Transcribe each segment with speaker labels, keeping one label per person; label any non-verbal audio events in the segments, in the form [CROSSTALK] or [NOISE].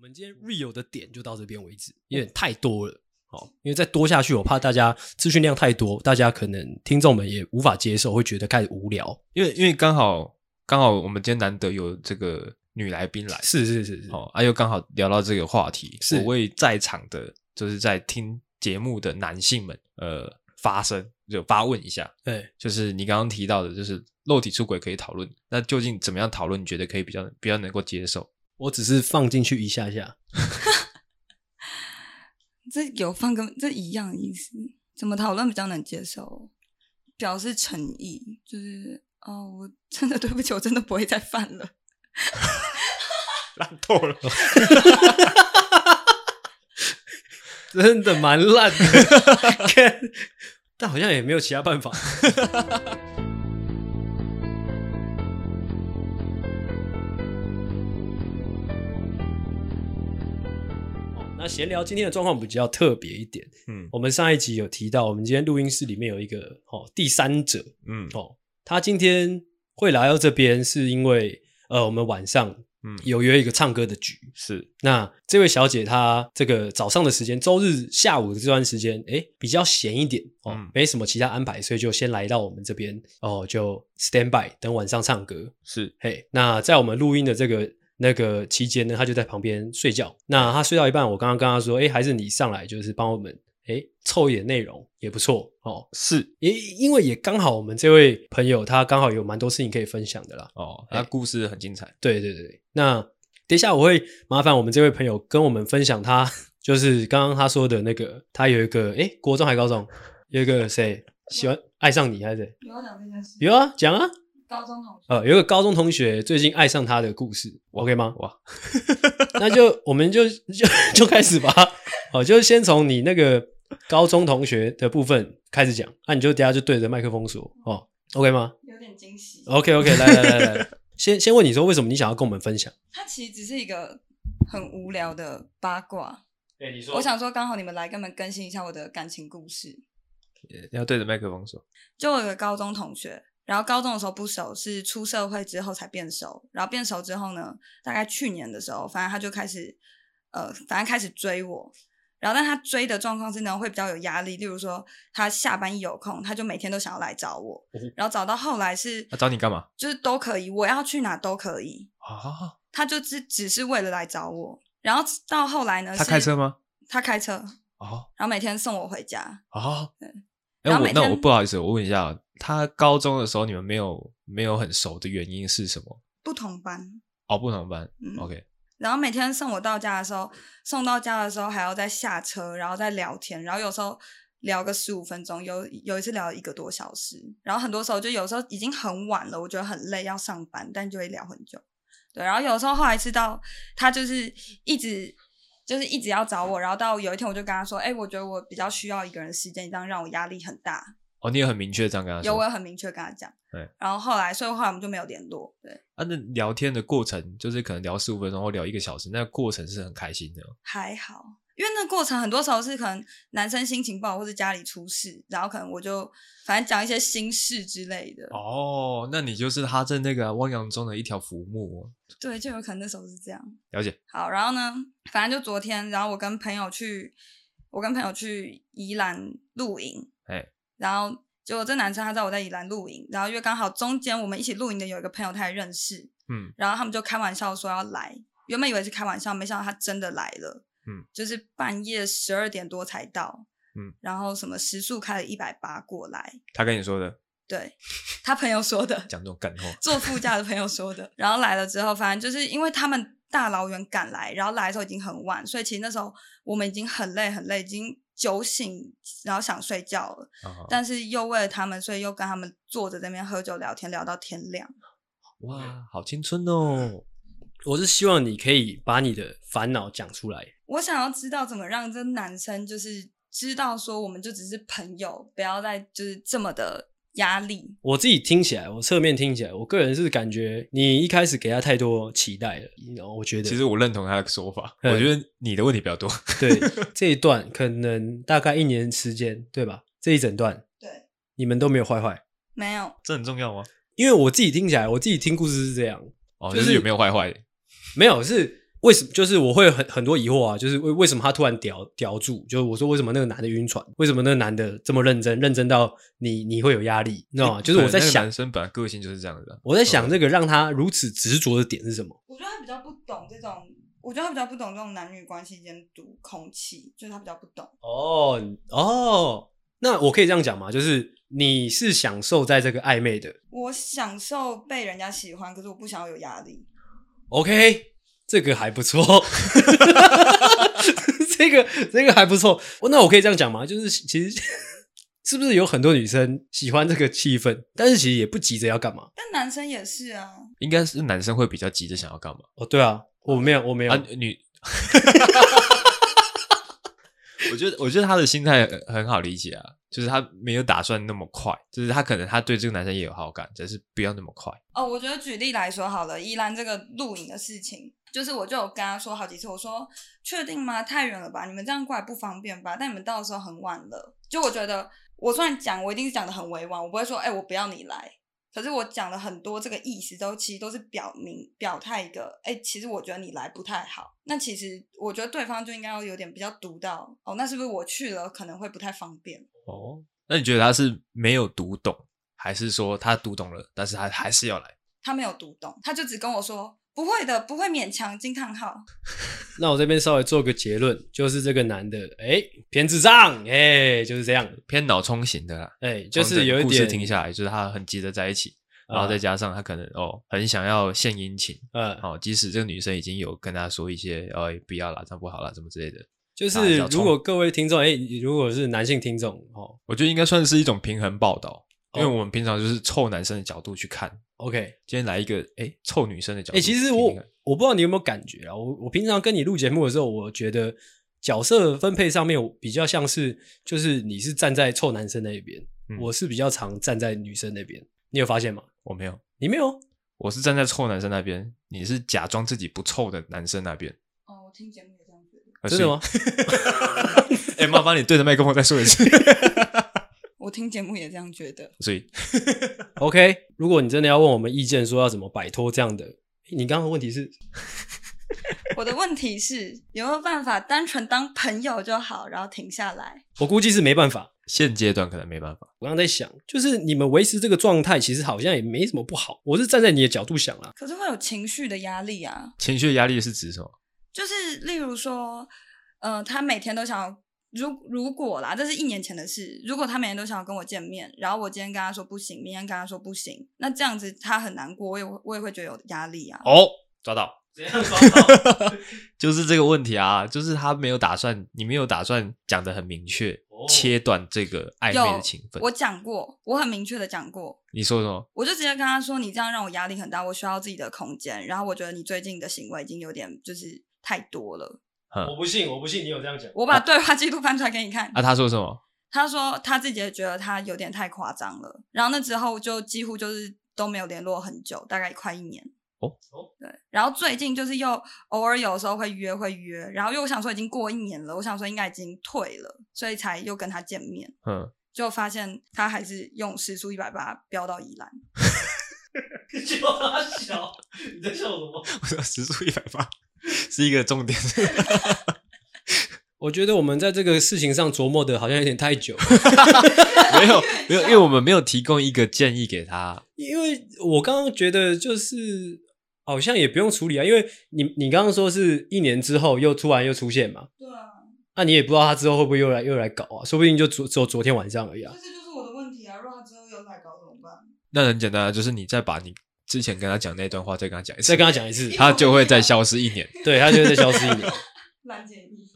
Speaker 1: 们今天 real 的点就到这边为止，因为太多了。好，因为再多下去，我怕大家资讯量太多，大家可能听众们也无法接受，会觉得开始无聊。
Speaker 2: 因为因为刚好刚好我们今天难得有这个女来宾来，
Speaker 1: [LAUGHS] 是是是是，
Speaker 2: 哦，啊又刚好聊到这个话题，
Speaker 1: 是
Speaker 2: 我为在场的就是在听节目的男性们，呃，发声就发问一下，
Speaker 1: 对，
Speaker 2: 就是你刚刚提到的，就是肉体出轨可以讨论，那究竟怎么样讨论？你觉得可以比较比较能够接受？
Speaker 1: 我只是放进去一下下，
Speaker 3: 这有放跟这一样的意思，怎么讨论比较能接受？表示诚意，就是哦，我真的对 [LAUGHS] 不起，我真的不会再犯了。
Speaker 2: 烂透了，
Speaker 1: 真的蛮烂 [LAUGHS] 的，看但好像也没有其他办法。 [LAUGHS] 哦那闲聊今天的状况比较特别一点，
Speaker 2: 嗯
Speaker 1: 我们上一集有提到，我们今天录音室里面有一个哦第三者
Speaker 2: 嗯
Speaker 1: 哦，他今天会来到这边是因为呃我们晚上
Speaker 2: 嗯，
Speaker 1: 有约一个唱歌的局，
Speaker 2: 是
Speaker 1: 那这位小姐她这个早上的时间，周日下午的这段时间，哎，比较闲一点哦，
Speaker 2: 嗯
Speaker 1: 没什么其他安排，所以就先来到我们这边哦，就 stand by 等晚上唱歌。
Speaker 2: 是，
Speaker 1: 嘿，那在我们录音的这个那个期间呢，她就在旁边睡觉。那她睡到一半，我刚刚跟她说，哎，还是你上来就是帮我们哎凑一点内容也不错哦。
Speaker 2: 是
Speaker 1: 也因为也刚好我们这位朋友她刚好有蛮多事情可以分享的啦，
Speaker 2: 哦，那故事很精彩，
Speaker 1: 对对对，那等一下我会麻烦我们这位朋友跟我们分享他，就是刚刚他说的那个，他有一个诶，国中还高中有一个谁喜欢爱上你还是谁？
Speaker 3: 有要讲这件事，
Speaker 1: 有啊，讲啊，
Speaker 3: 高中同学，
Speaker 1: 呃，有一个高中同学最近爱上他的故事，OK 吗？
Speaker 2: 哇，
Speaker 1: [LAUGHS] 那就我们就就就开始吧，好，就先从你那个高中同学的部分开始讲，那、你就等一下就对着麦克风说哦，OK 吗
Speaker 3: 有点惊喜。
Speaker 1: ？OK
Speaker 2: [LAUGHS]
Speaker 1: OK，来来来来来，先先问你说为什么你想要跟我们分享？
Speaker 3: 它其实只是一个很无聊的八卦。
Speaker 1: 对，你说
Speaker 3: 我想说，刚好你们来跟你们更新一下我的感情故事。
Speaker 2: 要对着麦克风说，
Speaker 3: 就我有个高中同学，然后高中的时候不熟，是出社会之后才变熟。然后变熟之后呢，大概去年的时候，反正他就开始，呃，反正开始追我。然后，但他追的状况是呢，会比较有压力。例如说，他下班一有空，他就每天都想要来找我
Speaker 1: 哦。
Speaker 3: 然后找到后来是
Speaker 2: 那、，找你干嘛
Speaker 3: 就是都可以，我要去哪都可以。
Speaker 2: 啊？
Speaker 3: 他就只只是为了来找我。然后到后来呢，
Speaker 2: 他
Speaker 3: 是
Speaker 2: 开车吗？
Speaker 3: 他开车，
Speaker 2: 哦
Speaker 3: 然后每天送我回家。
Speaker 1: 哦
Speaker 2: 啊，哎、
Speaker 3: 然后
Speaker 2: 我
Speaker 3: 每
Speaker 2: 那
Speaker 3: 天
Speaker 2: 我不好意思，我问一下，啊他高中的时候你们没有没有很熟的原因是什么？
Speaker 3: 不同班。
Speaker 2: 哦，不同班、
Speaker 3: 嗯
Speaker 2: o k
Speaker 3: 然后每天送我到家的时候，送到家的时候还要再下车，然后再聊天，然后有时候聊个十五分钟，有有一次聊了一个多小时，然后很多时候就有时候已经很晚了，我觉得很累要上班，但就会聊很久。对，然后有时候后来是到他就是一直就是一直要找我，然后到有一天我就跟他说，哎、我觉得我比较需要一个人时间，这样让我压力很大，
Speaker 2: 哦，你也很明确这样跟他
Speaker 3: 有我
Speaker 1: 啊
Speaker 2: 说。
Speaker 3: 也很明确跟他讲。
Speaker 2: 对，
Speaker 3: 然后后来所以后来我们就没有联络。对，
Speaker 2: 啊，那聊天的过程就是可能聊十五分钟或聊一个小时，那个过程是很开心的哦。
Speaker 3: 还好，因为那过程很多时候是可能男生心情不好，或是家里出事，然后可能我就反正讲一些心事之类的。
Speaker 2: 哦，那你就是他在那个汪洋中的一条浮木哦，
Speaker 3: 对，就有可能那时候是这样。
Speaker 2: 了解？
Speaker 3: 好，然后呢，反正就昨天，然后我跟朋友去，我跟朋友去宜兰露营，
Speaker 2: 哎，
Speaker 3: 然后结果这男生他知道我在宜兰露营，然后因为刚好中间我们一起露营的有一个朋友他也认识，
Speaker 2: 嗯，
Speaker 3: 然后他们就开玩笑说要来，原本以为是开玩笑，没想到他真的来了。
Speaker 2: 嗯，
Speaker 3: 就是半夜十二点多才到。
Speaker 2: 嗯，
Speaker 3: 然后什么时速开了一百八过来，
Speaker 2: 他跟你说的，
Speaker 3: 对他朋友说的，
Speaker 2: 讲这种
Speaker 1: [LAUGHS]
Speaker 2: 干话，
Speaker 3: 坐副驾的朋友说的。然后来了之后，反正就是因为他们大老远赶来，然后来的时候已经很晚，所以其实那时候我们已经很累很累，已经酒醒，然后想睡觉了。
Speaker 2: 啊
Speaker 3: 但是又为了他们，所以又跟他们坐着这边喝酒聊天，聊到天亮。
Speaker 2: 哇，好青春
Speaker 1: [LAUGHS]
Speaker 2: 哦！
Speaker 1: 我是希望你可以把你的烦恼讲出来。
Speaker 3: 我想要知道怎么让这男生就是知道说，我们就只是朋友，不要再就是这么的压力。
Speaker 1: 我自己听起来，我侧面听起来，我个人是感觉你一开始给他太多期待了，然后我觉得
Speaker 2: 其实我认同他的说法，
Speaker 1: 嗯
Speaker 2: 我觉得你的问题比
Speaker 1: [LAUGHS]
Speaker 2: 较多。
Speaker 1: 对这一段可能大概一年时间，对吧？这一整段
Speaker 3: 对，
Speaker 1: 你们都没有坏坏，
Speaker 3: 没有，
Speaker 2: 这很重要吗？
Speaker 1: 因为我自己听起来，我自己听故事是这样，
Speaker 2: 哦，
Speaker 1: 啊就
Speaker 2: 就是是有没有坏坏的？
Speaker 1: 没有是为什么？就是我会有很很多疑惑啊，就是为为什么他突然屌屌住？就是我说为什么那个男的晕船？为什么那个男的这么认真，认真到你你会有压力，你知道吗？哦就是我在
Speaker 2: 对那个
Speaker 1: 想
Speaker 2: 男，生本来个性就是这样子啊、
Speaker 1: 我在想这个让他如此执着的点是什么？
Speaker 3: 我觉得他比较不懂这种，我觉得他比较不懂这种男女关系间读空气，就是他比较不懂。
Speaker 1: 哦哦，那我可以这样讲吗？就是你是享受在这个暧昧的
Speaker 3: 我享受被人家喜欢，可是我不想要有压力。
Speaker 1: ，OK，这个还不错， [LAUGHS] 这个这个还不错。哦那我可以这样讲吗？就是其实是不是有很多女生喜欢这个气氛，但是其实也不急着要干嘛？
Speaker 3: 但男生也是啊，
Speaker 2: 应该是男生会比较急着想要干嘛
Speaker 1: 哦，对啊，我没有，我没有，
Speaker 2: 啊？女， [LAUGHS] 我觉得我觉得他的心态很很好理解啊，就是他没有打算那么快，就是他可能他对这个男生也有好感，只是不要那么快。
Speaker 3: 哦，我觉得举例来说好了，依兰这个录影的事情，就是我就有跟他说好几次，我说确定吗？太远了吧，你们这样过来不方便吧？但你们到的时候很晚了，就我觉得我虽然讲，我一定是讲的很委婉，我不会说哎、我不要你来。可是我讲了很多这个意思都其实都是表明表态一个，哎、其实我觉得你来不太好。那其实我觉得对方就应该要有点比较读到，哦，那是不是我去了可能会不太方便？
Speaker 2: 哦，那你觉得他是没有读懂，还是说他读懂了，但是他还是要来？
Speaker 3: 他没有读懂，他就只跟我说不会的，不会勉强惊叹号。
Speaker 1: 那我这边稍微做个结论，就是这个男的，哎、偏智障，哎、就是这样，
Speaker 2: 偏脑充型的啦，
Speaker 1: 哎、就
Speaker 2: 从
Speaker 1: 是
Speaker 2: 整个
Speaker 1: 有一
Speaker 2: 故事
Speaker 1: 点
Speaker 2: 听下来，就是他很急着在一起，然后
Speaker 1: 啊
Speaker 2: 再加上他可能哦很想要献殷勤，
Speaker 1: 呃，
Speaker 2: 哦，即使这个女生已经有跟他说一些呃不要啦，这样不好啦，什么之类的，
Speaker 1: 就是如果各位听众，哎、如果是男性听众，哦
Speaker 2: 我觉得应该算是一种平衡报道，因为
Speaker 1: 哦
Speaker 2: 我们平常就是臭男生的角度去看，
Speaker 1: ，OK，
Speaker 2: 今天来一个哎臭女生的角
Speaker 1: 哎、
Speaker 2: 度，
Speaker 1: 其实我我不知道你有没有感觉啊，我我平常跟你录节目的时候，我觉得角色分配上面，我比较像是就是你是站在臭男生那一边，
Speaker 2: 嗯
Speaker 1: 我是比较常站在女生那边，你有发现吗？
Speaker 2: 我没有，
Speaker 1: 你没有？
Speaker 2: 我是站在臭男生那边，你是假装自己不臭的男生那边，
Speaker 3: 哦，我听节目也这样觉得。
Speaker 2: 呃
Speaker 1: 真的吗？？
Speaker 2: 所以哎，麻烦你对着麦克风再说一次， [LAUGHS]
Speaker 3: 我听节目也这样觉得。
Speaker 2: 所以
Speaker 1: OK，如
Speaker 2: [LAUGHS]
Speaker 1: 果你真的要问我们意见，说要怎么摆脱这样的，诶你刚刚的问题是
Speaker 3: 我的问题是有没有办法单纯当朋友就好，然后停下来？
Speaker 1: 我估计是没办法。
Speaker 2: 现阶段可能没办法，
Speaker 1: 我刚刚在想，就是你们维持这个状态，其实好像也没什么不好。我是站在你的角度想啦，啊
Speaker 3: 可是会有情绪的压力啊，
Speaker 2: 情绪压力是指什么？
Speaker 3: 就是例如说，呃，他每天都想要，如如果啦，这是一年前的事，如果他每天都想要跟我见面，然后我今天跟他说不行，明天跟他说不行，那这样子他很难过，我也我也会觉得有压力啊。
Speaker 2: 哦，抓到。
Speaker 1: 怎样抓到？
Speaker 2: 就是这个问题啊，就是他没有打算，你没有打算讲的很明确，
Speaker 1: 哦
Speaker 2: 切断这个暧昧的情分。
Speaker 3: 我讲过，我很明确的讲过，
Speaker 2: 你说什么？
Speaker 3: 我就直接跟他说：“你这样让我压力很大，我需要自己的空间。然后我觉得你最近的行为已经有点就是太多了。
Speaker 1: 我不信，我不信你有这样讲。
Speaker 3: 我把对话记录翻出来给你看。
Speaker 2: 啊，他说什么？
Speaker 3: 他说他自己也觉得他有点太夸张了。然后那之后就几乎就是都没有联络很久，大概快一年。
Speaker 2: 哦
Speaker 1: 哦
Speaker 3: 对。然后最近就是又偶尔有时候会约会约，然后又想说已经过一年了，我想说应该已经退了，所以才又跟他见面，
Speaker 2: 嗯， [LAUGHS]
Speaker 3: 就发现他还是用时速一百八飙到宜兰。
Speaker 1: [LAUGHS] 就他笑，你在笑什么？
Speaker 2: 我说时速一百八是一个重点。
Speaker 1: 我觉得我们在这个事情上琢磨的好像有点太
Speaker 3: [LAUGHS]
Speaker 1: 久了，
Speaker 2: [LAUGHS] 没有没有，因为我们没有提供一个建议给他。
Speaker 1: 因为我刚刚觉得就是好像也不用处理啊，因为你你刚刚说是一年之后又突然又出现嘛，
Speaker 3: 对啊。
Speaker 1: 那、你也不知道他之后会不会又来又来搞啊，说不定就昨只有昨天晚上而已啊
Speaker 3: 这。就是我的问题啊！如果他之后又来搞怎么办？
Speaker 2: 那很简单啊，就是你再把你之前跟他讲那段话再跟他讲一次
Speaker 1: 再，跟他讲一 [LAUGHS] 次，
Speaker 2: 他就会再消失一年。
Speaker 1: 对他就会再消失一年。
Speaker 3: 烂建议。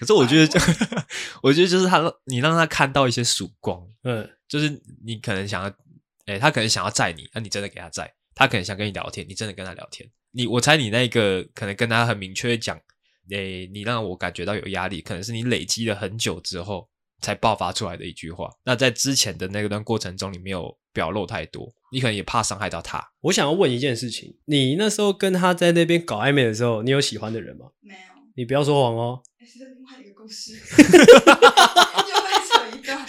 Speaker 2: 可是我觉得，就 [LAUGHS] 我觉得就是他，你让他看到一些曙光，
Speaker 1: 嗯，
Speaker 2: 就是你可能想要，哎、他可能想要载你，那你真的给他载；他可能想跟你聊天，你真的跟他聊天。你我猜你那个可能跟他很明确地讲，哎、你让我感觉到有压力，可能是你累积了很久之后才爆发出来的一句话。那在之前的那段过程中，你没有表露太多，你可能也怕伤害到他。
Speaker 1: 我想要问一件事情，你那时候跟他在那边搞暧昧的时候，你有喜欢的人吗？
Speaker 3: 没有，
Speaker 1: 你不要说谎哦。
Speaker 3: 这是另外一个故事。 [LAUGHS] 又会扯一段。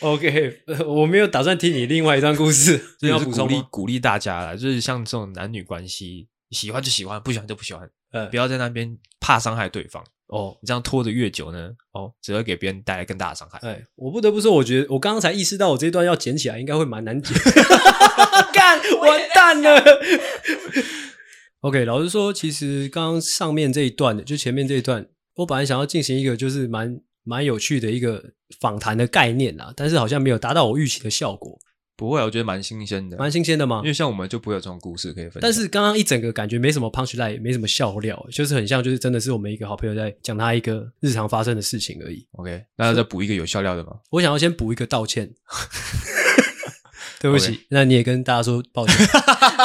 Speaker 1: OK，呃 [LAUGHS] 我没有打算听你另外一段故事，
Speaker 2: [LAUGHS] 这
Speaker 1: 你要
Speaker 2: 就是
Speaker 1: 补
Speaker 2: 鼓
Speaker 1: 充
Speaker 2: 励
Speaker 1: 吗？
Speaker 2: 鼓励大家啦，就是像这种男女关系喜欢就喜欢，不喜欢就不喜欢，
Speaker 1: 呃
Speaker 2: 不，要在那边怕伤害对方。
Speaker 1: 哦，
Speaker 2: 你这样拖得越久呢，哦，只会给别人带来更大的伤害。
Speaker 1: 哎，我不得不说，我觉得我刚刚才意识到，我这一段要剪起来应该会蛮难
Speaker 2: [LAUGHS]
Speaker 1: 剪。干，完蛋了。OK，老实说，其实刚刚上面这一段的，就前面这一段，我本来想要进行一个就是蛮蛮有趣的一个访谈的概念啦，但是好像没有达到我预期的效果，
Speaker 2: 不会啊，我觉得蛮新鲜的，
Speaker 1: 蛮新鲜的吗
Speaker 2: 因？为像我们就不会有这种故事可以分享。
Speaker 1: 但是刚刚一整个感觉没什么 punch line，也没什么笑料，就是很像就是真的是我们一个好朋友在讲他一个日常发生的事情而已。
Speaker 2: OK，那要再补一个有笑料的吗？
Speaker 1: 我想要先补一个道歉， [LAUGHS] 对不起
Speaker 2: OK
Speaker 1: 那你也跟大家说抱
Speaker 2: [LAUGHS]
Speaker 1: 歉。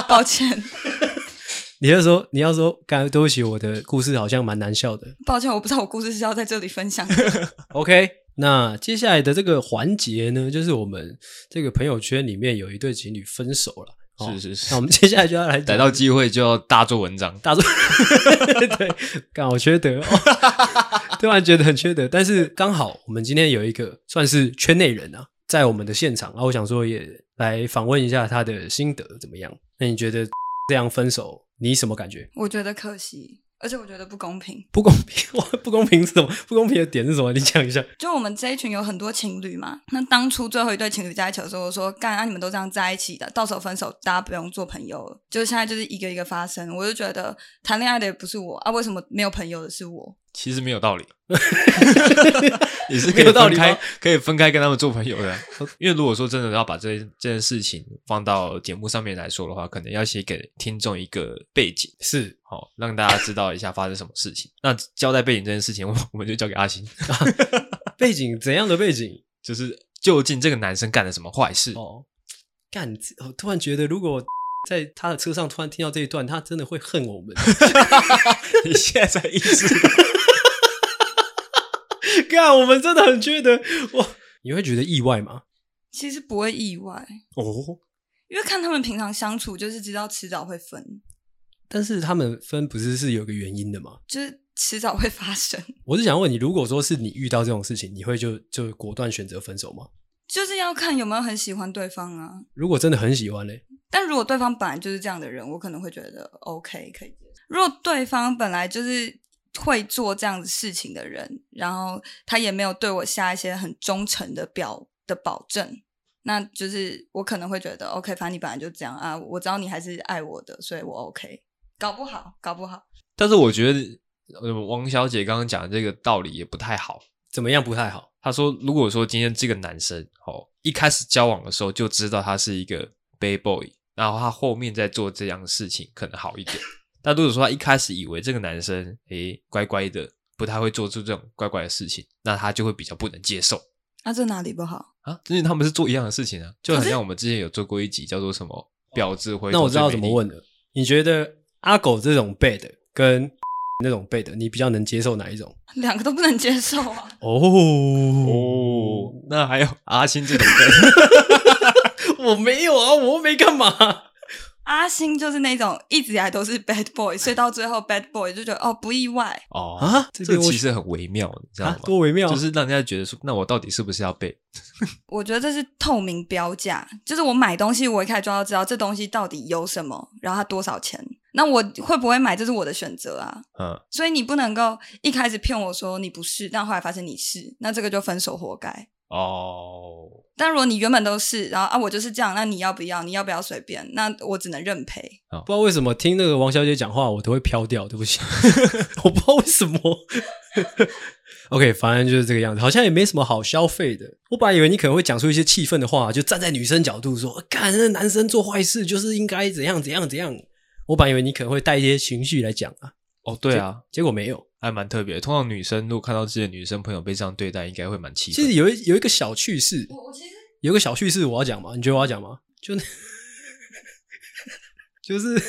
Speaker 3: 抱歉，
Speaker 1: 你要说你要说，刚对不起，我的故事好像蛮难笑的。
Speaker 3: 抱歉，我不知道我故事是要在这里分享的。
Speaker 1: OK，那接下来的这个环节呢，就是我们这个朋友圈里面有一对情侣分手了。哦
Speaker 2: 是是是
Speaker 1: 那我们接下来就要来
Speaker 2: 逮
Speaker 1: 讲
Speaker 2: 到机会就要大做文章。
Speaker 1: 大众， [LAUGHS] 对，刚好缺德、哦， [LAUGHS] 突然觉得很缺德。但是刚好我们今天有一个算是圈内人啊，在我们的现场，然后我想说也来访问一下他的心得怎么样？那你觉得 [LAUGHS] 这样分手你什么感觉？
Speaker 3: 我觉得可惜，而且我觉得不公平。
Speaker 1: 不公平，我不公平是什么？不公平的点是什么？你讲一下。
Speaker 3: 就我们这一群有很多情侣嘛，那当初最后一对情侣在一起的时候，我说干，啊你们都这样在一起的，到时候分手，大家不用做朋友了。就现在就是一个一个发生，我就觉得谈恋爱的也不是我啊，为什么没有朋友的是我？
Speaker 2: 其实没有
Speaker 1: [LAUGHS]
Speaker 2: 道理，你是可
Speaker 1: 没
Speaker 2: 以
Speaker 1: 有道理
Speaker 2: 分
Speaker 1: 吗
Speaker 2: 开，可以分开跟他们做朋友的。因为如果说真的要把这这件事情放到节目上面来说的话，可能要先给听众一个背景，
Speaker 1: 是
Speaker 2: 好、让大家知道一下发生什么事情。那交代背景这件事情，我我们就交给阿星，
Speaker 1: 背景怎样的背景？
Speaker 2: 就是究竟这个男生干了什么坏事？
Speaker 1: 哦，干！我 [LAUGHS] 突然觉得，如果在他的车上突然听到这一段，他真的会恨我们。 [LAUGHS]
Speaker 2: [LAUGHS] 你现在才意识到，
Speaker 1: 干，我们真的很缺德哇！你会觉得意外吗？
Speaker 3: 其实不会意外，
Speaker 1: 哦，
Speaker 3: 因为看他们平常相处，就是知道迟早会分，
Speaker 1: 但是他们分不是是有个原因的吗？
Speaker 3: 就是迟早会发生， [LAUGHS]
Speaker 1: 我是想问你，如果说是你遇到这种事情，你会就就果断选择分手吗？
Speaker 3: 就是要看有没有很喜欢对方啊。
Speaker 1: 如果真的很喜欢嘞，
Speaker 3: 但如果对方本来就是这样的人，我可能会觉得 OK 可以接受。如果对方本来就是会做这样子事情的人，然后他也没有对我下一些很忠诚的表的保证，那就是我可能会觉得 OK，反正你本来就这样啊，我知道你还是爱我的，所以我 OK。搞不好，搞不好，
Speaker 2: 但是我觉得，呃，王小姐刚刚讲的这个道理也不太好。
Speaker 1: 怎么样不太好？
Speaker 2: 她说，如果说今天这个男生哦，一开始交往的时候就知道他是一个 b a y boy，然后他后面再做这样的事情可能好一点。但如果说他一开始以为这个男生诶乖乖的，不太会做出这种乖乖的事情，那他就会比较不能接受
Speaker 3: 啊，这哪里不好？
Speaker 2: 啊。因为他们是做一样的事情啊，就
Speaker 3: 可
Speaker 2: 很
Speaker 3: 是
Speaker 2: 像我们之前有做过一集叫做什么“婊子回”。
Speaker 1: 那我知道怎么问了。你觉得阿狗这种 bad 跟 [LAUGHS] 那种 bad，你比较能接受哪一种？
Speaker 3: 两个都不能接受啊！
Speaker 1: 哦，
Speaker 2: 哦。
Speaker 1: [LAUGHS]
Speaker 2: 那还有阿星这种人，
Speaker 1: 我没有啊，我又没干嘛。
Speaker 3: 阿星就是那种一直以来都是 bad boy，所以到最后 bad boy 就觉得哦不意外，
Speaker 2: 哦
Speaker 1: 啊
Speaker 2: 这
Speaker 1: 这
Speaker 2: 个
Speaker 1: 边我
Speaker 2: 其实很微妙，你知道吗？
Speaker 1: 啊，多微妙！
Speaker 2: 就是让人家觉得说，那我到底是不是要被？
Speaker 3: 我觉得这是透明标价，就是我买东西，我一开始就要知道这东西到底有什么，然后它多少钱。那我会不会买，这是我的选择啊。
Speaker 2: 嗯，
Speaker 3: 所以你不能够一开始骗我说你不是，但后来发现你是，那这个就分手活该。
Speaker 2: 哦，
Speaker 3: 但如果你原本都是，然后啊我就是这样，那你要不要？你要不要随便？那我只能认赔。
Speaker 1: 不知道为什么听那个王小姐讲话，我都会飘掉，对不
Speaker 2: [LAUGHS]
Speaker 1: 起，我不知道为什么。OK，反正就是这个样子，好像也没什么好消费的。我本来以为你可能会讲出一些气愤的话，就站在女生角度说，看那男生做坏事就是应该怎样怎样怎样。我本来以为你可能会带一些情绪来讲啊，
Speaker 2: 哦，对啊，
Speaker 1: 结果没有。
Speaker 2: 还蛮特别的。通常女生如果看到自己的女生朋友被这样对待，应该会蛮气
Speaker 1: 其
Speaker 2: 愤
Speaker 1: 实。有一有一个小趣事，
Speaker 3: 我我其实
Speaker 1: 有一个小趣事我要讲吗？你觉得我要讲吗？就那就是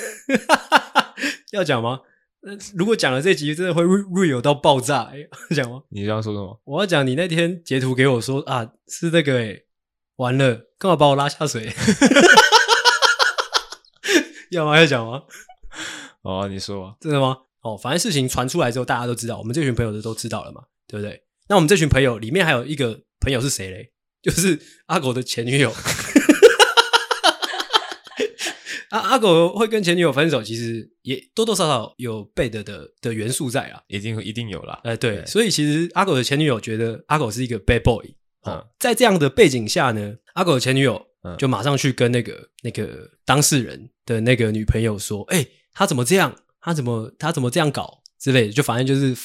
Speaker 1: [LAUGHS] 要讲吗？那如果讲了这集，真的会 re- real 到爆炸、欸，要讲吗？
Speaker 2: 你这样说什么？
Speaker 1: 我要讲你那天截图给我说啊，是那个哎、完了，干嘛把我拉下水？ [LAUGHS] 要吗？要讲吗？
Speaker 2: 哦，你说吧。
Speaker 1: 真的吗？哦，反正事情传出来之后，大家都知道，我们这群朋友的都知道了嘛，对不对？那我们这群朋友里面还有一个朋友是谁 [LAUGHS] 嘞？就是阿狗的前女友。 [LAUGHS] 啊，阿狗会跟前女友分手，其实也多多少少有贝德的的元素在啊。
Speaker 2: 一定一定有啦。
Speaker 1: 呃，对，
Speaker 2: 对
Speaker 1: 所以其实阿狗的前女友觉得阿狗是一个 bad boy。哦，
Speaker 2: 嗯
Speaker 1: 在这样的背景下呢，阿狗的前女友
Speaker 2: 嗯
Speaker 1: 就马上去跟那个、那个当事人的那个女朋友说：“哎、他怎么这样？他怎么他怎么这样搞之类的？”就反正就是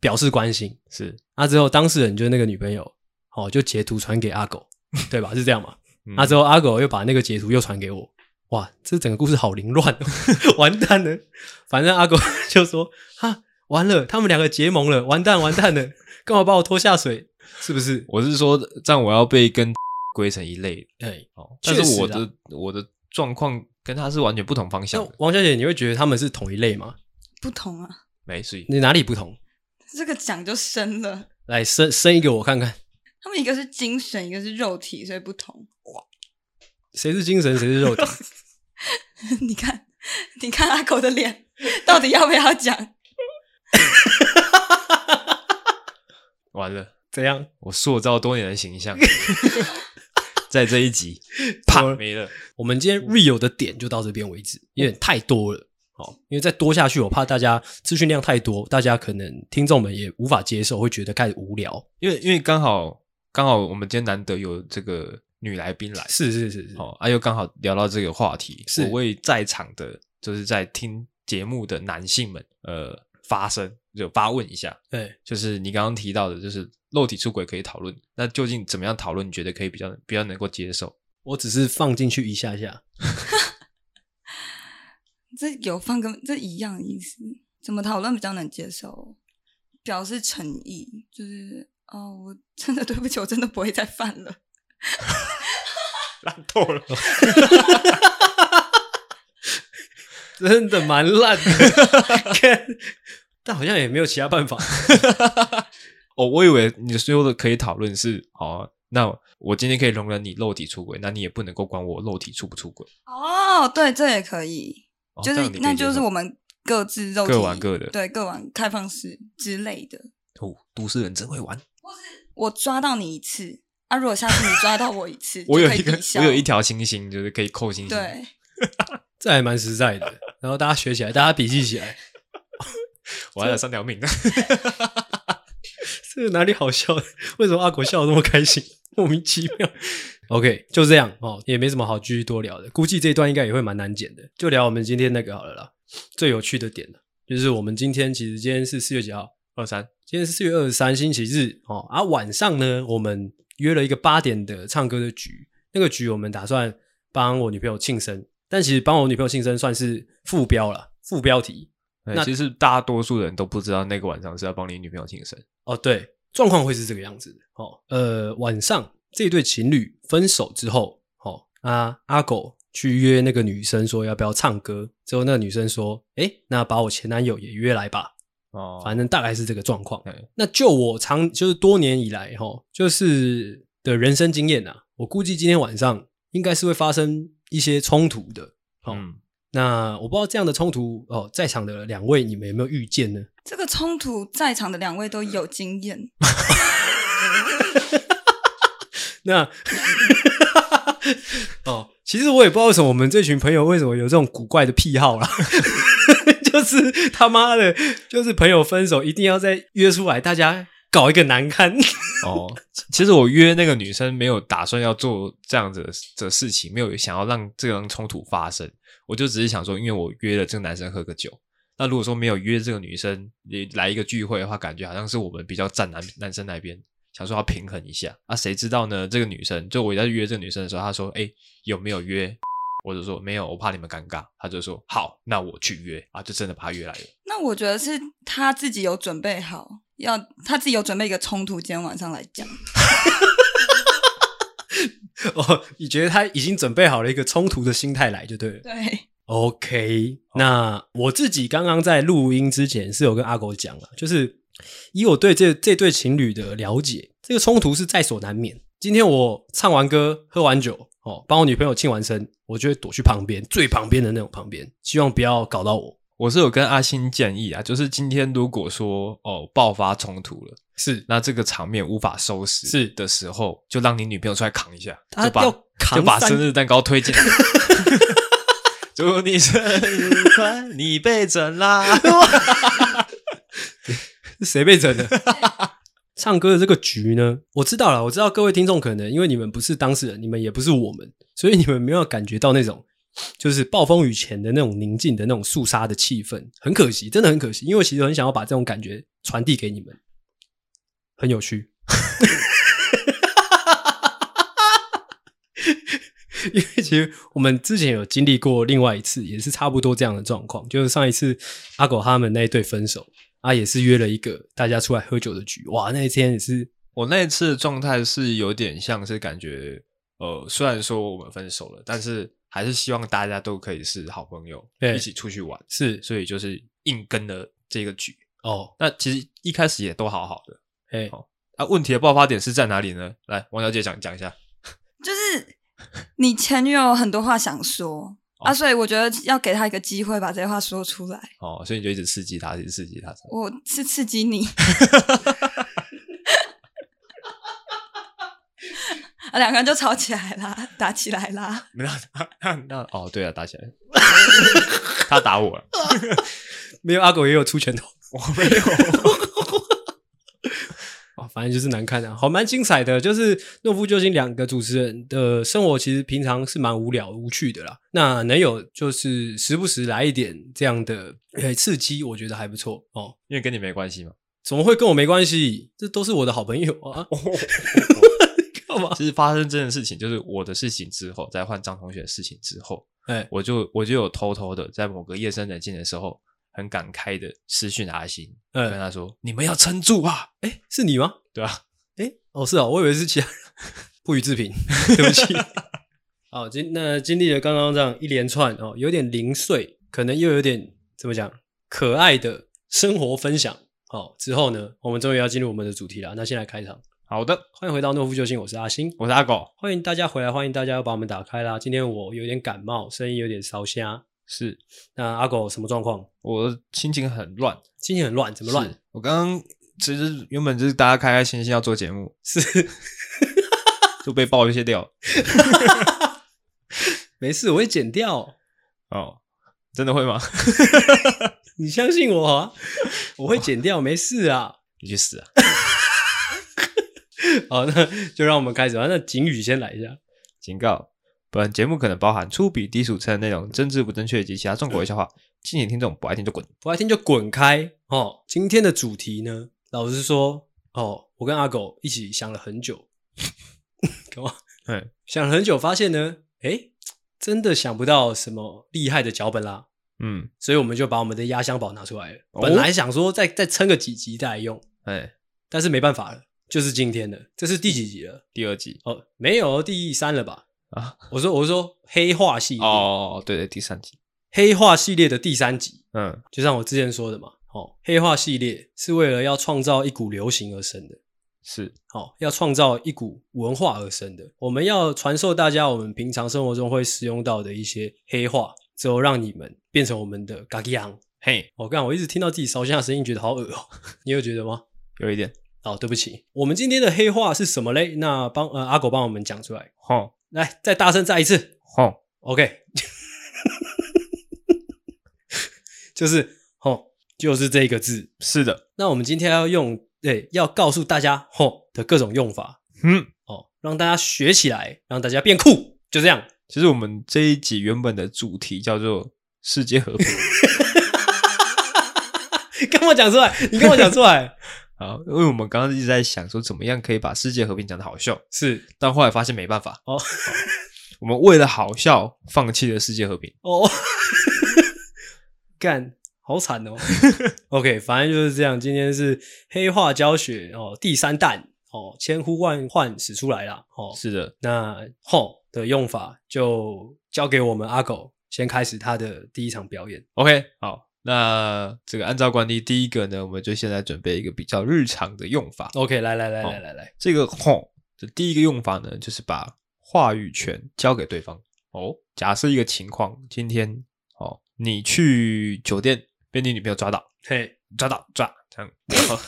Speaker 1: 表示关心。
Speaker 2: 是，
Speaker 1: 啊，之后当事人就是那个女朋友，哦，就截图传给阿狗，对吧？是这样嘛？
Speaker 2: 嗯
Speaker 1: 啊，之后阿狗又把那个截图又传给我，哇，这整个故事好凌乱、哦， [LAUGHS] 完蛋了。反正阿狗 [LAUGHS] 就说：“哈，完了，他们两个结盟了，完蛋，完蛋了，干嘛把我拖下水？是不是
Speaker 2: 我是说，这样我要被跟归成一类？”
Speaker 1: 哎，
Speaker 2: 哦。
Speaker 1: 确实
Speaker 2: 但
Speaker 1: 啊
Speaker 2: 是我的我的状况跟他是完全不同方向
Speaker 1: 像
Speaker 2: 的，
Speaker 1: 王小姐，你会觉得他们是同一类吗？
Speaker 3: 不同啊，
Speaker 2: 没事。
Speaker 1: 你哪里不同？
Speaker 3: 这个讲就深了。
Speaker 1: 来生生一个我看看，
Speaker 3: 他们一个是精神，一个是肉体，所以不同。
Speaker 1: 谁是精神，谁是肉体？ [LAUGHS]
Speaker 3: [LAUGHS] 你看，你看阿狗的脸，到底要不要讲？
Speaker 2: 完了，
Speaker 1: 怎样？
Speaker 2: 我塑造多年的形象， [LAUGHS] 在这一集
Speaker 1: [LAUGHS]
Speaker 2: 啪嗯没了。
Speaker 1: 我们今天 real 的点就到这边为止，有点太多了。好，因为再多下去，我怕大家资讯量太多，大家可能听众们也无法接受，会觉得开始无聊。
Speaker 2: 因为因为刚好刚好我们今天难得有这个女来宾来，
Speaker 1: 是是是是，
Speaker 2: 哦，啊又刚好聊到这个话题，
Speaker 1: 是
Speaker 2: 我为在场的就是在听节目的男性们呃发声，就发问一下，
Speaker 1: 对，
Speaker 2: 就是你刚刚提到的，就是肉体出轨可以讨论，那究竟怎么样讨论？你觉得可以比较比较能够接受？
Speaker 1: 我只是放进去一下下，
Speaker 3: 这有放跟这一样的意思，怎么讨论比较能接受？表示诚意，就是哦，我真的对 [LAUGHS] 不起，我真的不会再犯了。
Speaker 2: 烂透了，
Speaker 1: [LAUGHS] 真的蛮烂的， [LAUGHS] 看但好像也没有其他办法。
Speaker 2: 哦，我以为你说的可以讨论是哦。那我今天可以容忍你肉体出轨，那你也不能够管我肉体出不出轨，
Speaker 3: 哦，对，这也可以，
Speaker 2: 哦
Speaker 3: 就
Speaker 2: 这
Speaker 3: 是
Speaker 2: 样你可以
Speaker 3: 那
Speaker 2: 接
Speaker 3: 就是
Speaker 2: 受
Speaker 3: 我们各自肉体
Speaker 2: 各玩各的
Speaker 3: 对，各玩开放式之类的。
Speaker 2: 哦，都市人真会玩。
Speaker 3: 我抓到你一次，啊，如果下次你抓到我一次，
Speaker 2: [LAUGHS] 我
Speaker 3: 就
Speaker 2: 有
Speaker 3: 可以
Speaker 2: 一个
Speaker 3: 抵，消
Speaker 2: 我有一条星星，就是可以扣星星。
Speaker 3: 对，
Speaker 1: 这还蛮实在的，然后大家学起来，大家笔记起来，
Speaker 2: 我还有三条命。
Speaker 1: 这哪里好笑？ [LAUGHS] 为什么阿国笑得那么开心？ [LAUGHS] 莫名其妙。OK，就这样哦，也没什么好继续多聊的。估计这一段应该也会蛮难剪的，就聊我们今天那个好了啦。最有趣的点了，就是我们今天其实今天是四月几号？
Speaker 2: 二三，
Speaker 1: 今天是四月二十三，星期日哦。啊，晚上呢，我们约了一个八点的唱歌的局，那个局我们打算帮我女朋友庆生，但其实帮我女朋友庆生算是副标了，副标题。那
Speaker 2: 那其实大多数人都不知道那个晚上是要帮你女朋友庆生。
Speaker 1: 哦，对，状况会是这个样子的。哦，呃，晚上这对情侣分手之后，哦，啊，阿狗去约那个女生说要不要唱歌，之后那个女生说，诶，那把我前男友也约来吧，
Speaker 2: 哦
Speaker 1: 反正大概是这个状况
Speaker 2: 对。
Speaker 1: 那就我长就是多年以来，哈、哦，就是的人生经验啊，我估计今天晚上应该是会发生一些冲突的。好、
Speaker 2: 嗯，
Speaker 1: 那我不知道这样的冲突哦，在场的两位你们有没有遇见呢？
Speaker 3: 这个冲突在场的两位都有经验，
Speaker 1: 那 [LAUGHS] 哦，其实我也不知道为什么我们这群朋友为什么有这种古怪的癖好啦， [LAUGHS] 就是他妈的，就是朋友分手一定要再约出来，大家搞一个难堪。
Speaker 2: 哦，其实我约那个女生没有打算要做这样子的的事情，没有想要让这样冲突发生。我就只是想说，因为我约了这个男生喝个酒。那如果说没有约这个女生也来一个聚会的话，感觉好像是我们比较站男男生那边，想说要平衡一下。啊，谁知道呢？这个女生就我在约这个女生的时候，她说：“哎、有没有约？”我就说：“没有，我怕你们尴尬。”她就说：“好，那我去约。”啊，就真的把她约来了。
Speaker 3: 那我觉得是他自己有准备好，要他自己有准备一个冲突，今天晚上来讲。
Speaker 1: 哦，你觉得他已经准备好了一个冲突的心态来就对了。
Speaker 3: 对，
Speaker 1: OK，那我自己刚刚在录音之前是有跟阿狗讲了，就是以我对这这对情侣的了解，这个冲突是在所难免。今天我唱完歌、喝完酒，哦，帮我女朋友庆完生，我就会躲去旁边最旁边的那种旁边，希望不要搞到我。
Speaker 2: 我是有跟阿星建议啊，就是今天如果说哦爆发冲突了，
Speaker 1: 是，
Speaker 2: 那这个场面无法收拾
Speaker 1: 是
Speaker 2: 的时候，就让你女朋友出来扛一下，
Speaker 1: 她
Speaker 2: 就把
Speaker 1: 要扛 [LAUGHS]
Speaker 2: 就把
Speaker 1: 三
Speaker 2: 生日蛋糕推进来，祝你生日快，你被
Speaker 1: [LAUGHS]
Speaker 2: 整啦！
Speaker 1: 是谁被整的？唱歌的这个局呢，我知道了，我知道各位听众可能因为你们不是当事人，你们也不是我们，所以你们没有感觉到那种就是暴风雨前的那种宁静的那种肃杀的气氛，很可惜，真的很可惜，因为我其实很想要把这种感觉传递给你们，很有趣。 [LAUGHS] 因为其实我们之前有经历过另外一次，也是差不多这样的状况，就是上一次阿狗他们那一对分手，啊，也是约了一个大家出来喝酒的局，哇，那一天也是
Speaker 2: 我那一次的状态是有点像是感觉，呃，虽然说我们分手了，但是还是希望大家都可以是好朋友，
Speaker 1: 对
Speaker 2: 一起出去玩，
Speaker 1: 是
Speaker 2: 所以就是硬跟了这个局。
Speaker 1: 哦，
Speaker 2: 那其实一开始也都好好的，
Speaker 1: 哎
Speaker 2: 好啊，问题的爆发点是在哪里呢？来，王小姐讲讲一下。
Speaker 3: 就是你前女友有很多话想说、啊，所以我觉得要给她一个机会把这些话说出来。
Speaker 2: 哦，所以你就一直刺激她，一直刺激她。
Speaker 3: 我是刺激你。 [LAUGHS] 啊，两个人就吵起来啦，打起来啦。
Speaker 2: 那那那哦，对啊，打起来， [LAUGHS] 她打我了，
Speaker 1: 没有阿狗也有出拳头，
Speaker 2: 我没有。
Speaker 1: 哦，反正就是难看的、好蛮精彩的。就是诺夫救星两个主持人的生活，其实平常是蛮无聊无趣的啦。那能有就是时不时来一点这样的呃刺激，我觉得还不错哦。
Speaker 2: 因为跟你没关系嘛，
Speaker 1: 怎么会跟我没关系？这都是我的好朋友啊！
Speaker 2: 哦
Speaker 1: 干嘛？
Speaker 2: 就是发生这件事情，就是我的事情之后，再换张同学的事情之后，
Speaker 1: 哎
Speaker 2: 我就我就有偷偷的在某个夜深人静的时候，很感慨的私讯阿星，
Speaker 1: 嗯
Speaker 2: 跟他说：“你们要撑住啊，
Speaker 1: 哎，是你吗？
Speaker 2: 对啊吧、
Speaker 1: 哎，哦是哦，我以为是其他人，不予置评，对不起。 [LAUGHS] 好，经那经历了刚刚这样一连串哦，有点零碎，可能又有点怎么讲可爱的生活分享。好、之后呢，我们终于要进入我们的主题了。那先来开场，
Speaker 2: 好的，
Speaker 1: 欢迎回到诺夫救星，我是阿星，
Speaker 2: 我是阿狗，
Speaker 1: 欢迎大家回来，欢迎大家又把我们打开啦。今天我有点感冒，声音有点烧瞎。
Speaker 2: 是
Speaker 1: 那阿狗什么状况？
Speaker 2: 我心情很乱，
Speaker 1: 心情很乱，怎么乱
Speaker 2: 是？我刚刚其实原本就是大家开开心心要做节目，是就被爆一些料
Speaker 1: 没事，我会剪掉，
Speaker 2: 哦，真的会吗？ [LAUGHS]
Speaker 1: 你相信我啊， [LAUGHS] 我会剪掉，没事啊。
Speaker 2: 你去死啊！
Speaker 1: [LAUGHS] 好，哦那就让我们开始吧。那景宇先来一下。
Speaker 2: 警告：本节目可能包含粗鄙、低俗、称内容、政治不正确及其他重口味笑话，敬请听众不爱听就滚。
Speaker 1: 不爱听就滚开哦。今天的主题呢，老实说哦，我跟阿狗一起想了很久，干嘛？
Speaker 2: [LAUGHS] 嗯，
Speaker 1: 想了很久，发现呢，诶，真的想不到什么厉害的脚本啦，
Speaker 2: 嗯，
Speaker 1: 所以我们就把我们的压箱宝拿出来了。
Speaker 2: 哦
Speaker 1: 本来想说再再撑个几集再来用，
Speaker 2: 哎，
Speaker 1: 但是没办法了，就是今天的，这是第几集了？
Speaker 2: 第二集
Speaker 1: 哦，没有第三了吧？
Speaker 2: 啊，
Speaker 1: 我说我说黑化系列，
Speaker 2: 哦，对对，第三集，
Speaker 1: 黑化系列的第三集，
Speaker 2: 嗯，
Speaker 1: 就像我之前说的嘛，哦，黑化系列是为了要创造一股流行而生的，
Speaker 2: 是
Speaker 1: 哦，要创造一股文化而生的。我们要传授大家我们平常生活中会使用到的一些黑话，之后让你们变成我们的嘎吉昂。
Speaker 2: 嘿，
Speaker 1: 我、哦、干，我一直听到自己烧香的声音，觉得好恶哦。 [LAUGHS] 你有觉得吗？
Speaker 2: 有一点，
Speaker 1: 哦，对不起，我们今天的黑话是什么嘞？那帮呃阿狗帮我们讲出来，
Speaker 2: 吼
Speaker 1: 来再大声再一次
Speaker 2: 吼，
Speaker 1: ，OK，就是哦，就是这个字。
Speaker 2: 是的，
Speaker 1: 那我们今天要用，对，要告诉大家吼的各种用法
Speaker 2: 嗯，
Speaker 1: 哦，让大家学起来，让大家变酷，就这样。 [LAUGHS]
Speaker 2: 其实我们这一集原本的主题叫做世界和平，
Speaker 1: 跟我讲出来，你跟我讲出来，
Speaker 2: 啊，因为我们刚刚一直在想说怎么样可以把世界和平讲的好笑，
Speaker 1: 是
Speaker 2: 但后来发现没办法，
Speaker 1: 哦
Speaker 2: [LAUGHS] 我们为了好笑放弃了世界和平，
Speaker 1: 哦， [LAUGHS] 干，好惨哦。OK，反正就是这样。今天是黑化教学哦，第三弹哦，千呼万唤始出来啦。哦。
Speaker 2: 是的，
Speaker 1: 那吼的用法就交给我们阿狗先开始他的第一场表演。
Speaker 2: OK，好，那这个按照惯例，第一个呢，我们就现在准备一个比较日常的用法。
Speaker 1: OK，来来来
Speaker 2: 好
Speaker 1: 来来来，
Speaker 2: 这个“吼”的第一个用法呢，就是把话语权交给对方。哦，假设一个情况，今天哦，你去酒店被你女朋友抓到，
Speaker 1: 嘿，
Speaker 2: 抓到抓这样， [LAUGHS]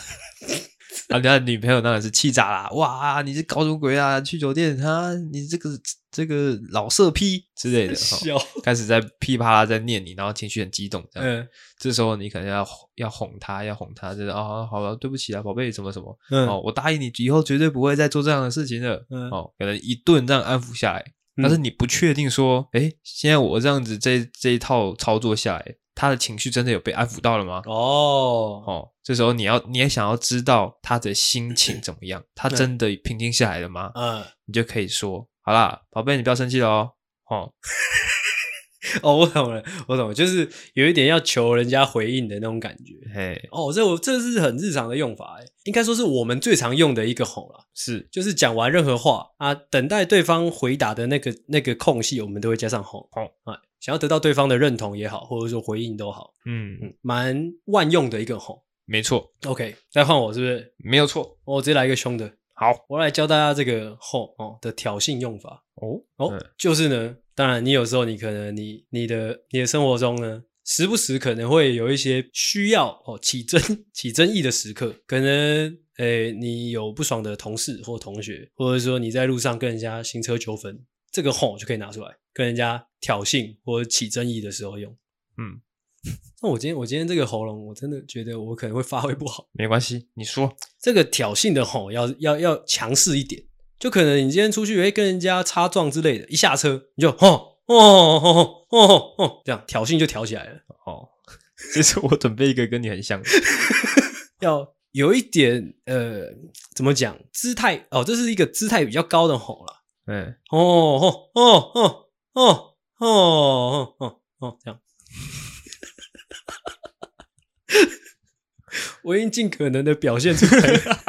Speaker 2: 啊，你看女朋友当然是气炸啦！哇，你是搞什么鬼啊？去酒店啊？你这个这个老色批之类的，哈
Speaker 1: 笑，
Speaker 2: 开始在噼啪啦在念你，然后情绪很激动，这样。
Speaker 1: 嗯
Speaker 2: 这时候你可能要要哄她，要哄她，就是啊，好了，对不起啊，宝贝，什么什么，哦
Speaker 1: 嗯，，
Speaker 2: 我答应你，以后绝对不会再做这样的事情了。
Speaker 1: 嗯
Speaker 2: 哦，可能一顿这样安抚下来，
Speaker 1: 嗯
Speaker 2: 但是你不确定说，哎、现在我这样子这这一套操作下来，他的情绪真的有被安抚到了吗？
Speaker 1: 哦，
Speaker 2: 哦，这时候你要你也想要知道他的心情怎么样，他真的平静下来了吗？
Speaker 1: 嗯，
Speaker 2: 你就可以说，好啦，宝贝，你不要生气了哦。哦，
Speaker 1: 哦，我懂了，我懂了，就是有一点要求人家回应的那种感觉。
Speaker 2: 嘿，
Speaker 1: 哦，这我这是很日常的用法，哎，应该说是我们最常用的一个吼啦，
Speaker 2: 是
Speaker 1: 就是讲完任何话啊，等待对方回答的那个那个空隙，我们都会加上吼
Speaker 2: 吼
Speaker 1: 啊，想要得到对方的认同也好，或者说回应都好，
Speaker 2: 嗯，
Speaker 1: 嗯，蛮万用的一个吼。
Speaker 2: 没错，
Speaker 1: OK，再换我是不是？
Speaker 2: 没有错。
Speaker 1: 我直接来一个凶的，
Speaker 2: 好
Speaker 1: 我来教大家这个吼哦的挑衅用法。
Speaker 2: 哦
Speaker 1: 哦，
Speaker 2: 嗯
Speaker 1: 就是呢，当然你有时候你可能你你的你的生活中呢，时不时可能会有一些需要哦起争起争议的时刻，可能诶你有不爽的同事或同学，或者说你在路上跟人家行车纠纷，这个吼就可以拿出来跟人家挑衅或者起争议的时候用。
Speaker 2: 嗯，
Speaker 1: 那我今天我今天这个喉咙，我真的觉得我可能会发挥不好。
Speaker 2: 没关系，你说，
Speaker 1: 这个挑衅的吼要要要强势一点，就可能你今天出去会跟人家擦撞之类的，一下车你就吼哦哦哦哦哦，这样挑衅就挑起来了，
Speaker 2: 哦， [LAUGHS] 其实我准备一个跟你很像 [LAUGHS] 的，
Speaker 1: 要有一点呃怎么讲姿态哦，这是一个姿态比较高的吼啦，
Speaker 2: 嗯，
Speaker 1: 哦哦哦哦哦哦哦哦哦这样。 [LAUGHS] 我已经尽可能的表现出来了，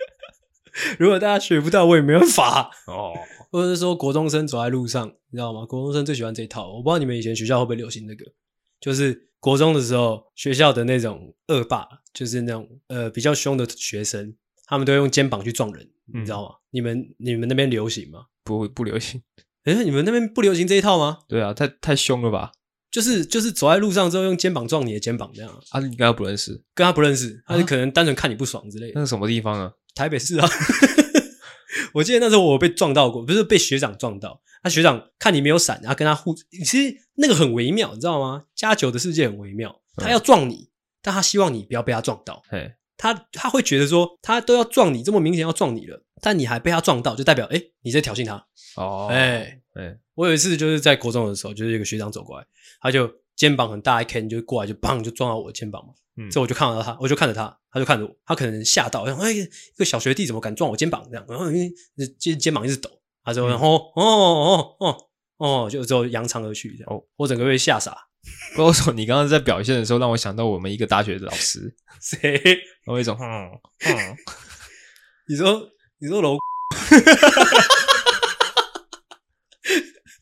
Speaker 1: [LAUGHS] 如果大家学不到，我也没办法。
Speaker 2: 哦，
Speaker 1: 或者是说国中生走在路上，你知道吗？国中生最喜欢这一套。我不知道你们以前学校会不会流行这个，就是国中的时候，学校的那种恶霸，就是那种呃比较凶的学生，他们都会用肩膀去撞人，
Speaker 2: 嗯
Speaker 1: 你知道吗？你们你们那边流行吗？
Speaker 2: 不不流行，
Speaker 1: 诶、你们那边不流行这一套吗？
Speaker 2: 对啊，太太凶了吧？
Speaker 1: 就是就是走在路上之后用肩膀撞你的肩膀这样啊，
Speaker 2: 啊，你应该不认识，
Speaker 1: 跟他不认识，他就
Speaker 2: 啊
Speaker 1: 可能单纯看你不爽之类的。
Speaker 2: 那是什么地方啊？
Speaker 1: 台北市啊， [LAUGHS] 我记得那时候我被撞到过，不是被学长撞到，那、学长看你没有闪，然后跟他互，其实那个很微妙，你知道吗？加九的世界很微妙，
Speaker 2: 嗯
Speaker 1: 他要撞你，但他希望你不要被他撞到，
Speaker 2: 嘿，
Speaker 1: 他他会觉得说他都要撞你，这么明显要撞你了，但你还被他撞到，就代表哎、诶你在挑衅他，
Speaker 2: 哦，
Speaker 1: 哎、
Speaker 2: 哎，
Speaker 1: 我有一次就是在国中的时候，就是有一个学长走过来，他就肩膀很大一 can 就过来就砰就撞到我的肩膀嘛，
Speaker 2: 嗯
Speaker 1: 所以我就看到他，我就看着他，他就看着我，他可能吓到，我想哎，一个小学弟怎么敢撞我肩膀这样，然后因为肩肩膀一直抖，他说
Speaker 2: 嗯
Speaker 1: 然后哦哦哦哦哦，就之后扬长而去这样，
Speaker 2: 哦
Speaker 1: 我整个被吓傻， [LAUGHS]
Speaker 2: 不过说你刚刚在表现的时候，让我想到我们一个大学的老师，
Speaker 1: 谁？
Speaker 2: 然后一种嗯嗯，
Speaker 1: 你说你说楼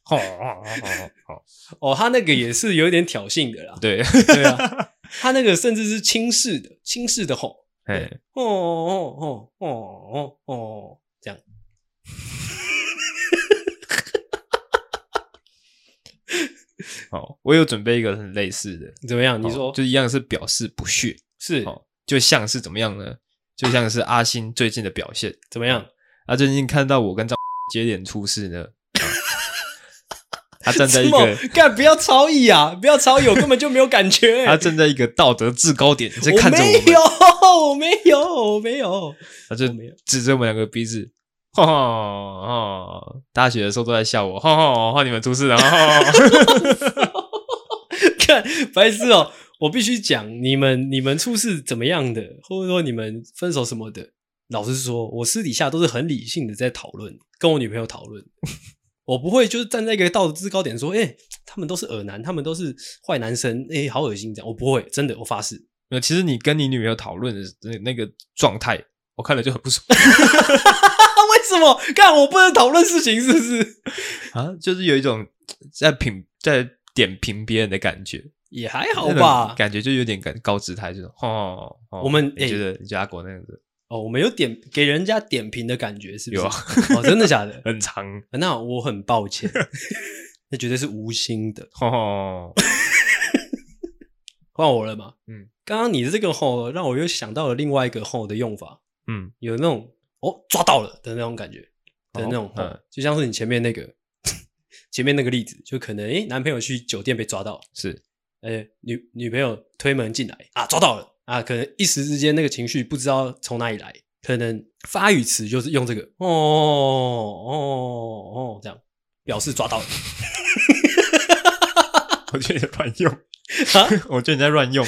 Speaker 2: 哦哦哦哦哦，
Speaker 1: 哦，他那个也是有点挑衅的啦，
Speaker 2: [LAUGHS] 对，
Speaker 1: 对啊，他那个甚至是轻视的，轻视的吼，
Speaker 2: 哎，
Speaker 1: 哦哦哦哦哦哦，这样。
Speaker 2: 好，哦我有准备一个很类似的，
Speaker 1: 怎么样？你
Speaker 2: 哦
Speaker 1: 说、
Speaker 2: 就一样是表示不屑，
Speaker 1: 是
Speaker 2: 哦，就像是怎么样呢？就像是阿星最近的表现，
Speaker 1: 怎么样？
Speaker 2: 他最近看到我跟张 [LAUGHS] 接连出
Speaker 1: [LAUGHS]
Speaker 2: 事呢，啊他站在
Speaker 1: 这
Speaker 2: 一个
Speaker 1: 么干不要超意啊！不要超意，我根本就没有感觉、
Speaker 2: [LAUGHS] 他正在一个道德制高点在看着我
Speaker 1: 我
Speaker 2: 们
Speaker 1: 没，有，我没有，我没有。
Speaker 2: 他就
Speaker 1: 我没有
Speaker 2: 指着我们两个鼻子，哈哈哈！大学的时候都在笑我，哈哈，哈你们出事了，哈 [LAUGHS] 哈哈
Speaker 1: 看白痴哦、我必须讲，你们你们处事怎么样的，或者说你们分手什么的，老实说，我私底下都是很理性的在讨论，跟我女朋友讨 [LAUGHS] 论。我不会就是站在一个道德制高点说，哎、他们都是恶男，他们都是坏男生，哎、好恶心这样。我不会，真的，我发誓，
Speaker 2: 没有其实你跟你女朋友讨论的那那个状态，我看了就很
Speaker 1: [LAUGHS]
Speaker 2: 不爽
Speaker 1: 啊， [LAUGHS] 为什么？看我不能讨论事情，是不是？
Speaker 2: 啊，就是有一种在评在点评别人的感觉，
Speaker 1: 也还好
Speaker 2: 那种
Speaker 1: 吧。
Speaker 2: 感觉就有点感高姿态，就是哦，哈
Speaker 1: 我们
Speaker 2: 你
Speaker 1: 哎
Speaker 2: 觉得你觉得阿国那样子
Speaker 1: 哦，我们有点给人家点评的感觉，是不是？
Speaker 2: 有啊
Speaker 1: 哦，真的 [LAUGHS] 假的？
Speaker 2: 很长，
Speaker 1: 那我很抱
Speaker 2: [LAUGHS]
Speaker 1: 歉，那绝对是无心的。
Speaker 2: 哦，
Speaker 1: 换我了吗？
Speaker 2: 嗯，
Speaker 1: 刚刚你这个吼，让我又想到了另外一个吼的用法，
Speaker 2: 嗯，
Speaker 1: 有那种哦抓到了的那种感觉的那种吼，
Speaker 2: 嗯
Speaker 1: 就像是你前面那个前面那个例子，就可能诶、男朋友去酒店被抓到，
Speaker 2: 是 [LAUGHS]
Speaker 1: 呃女女朋友推门进来啊抓到了啊，可能一时之间那个情绪不知道从哪里来，可能发语词就是用这个哦哦哦这样表示抓到了
Speaker 2: 我觉得你在乱用，
Speaker 1: 啊。
Speaker 2: [LAUGHS] 我觉得你在
Speaker 1: [LAUGHS]
Speaker 2: 乱用。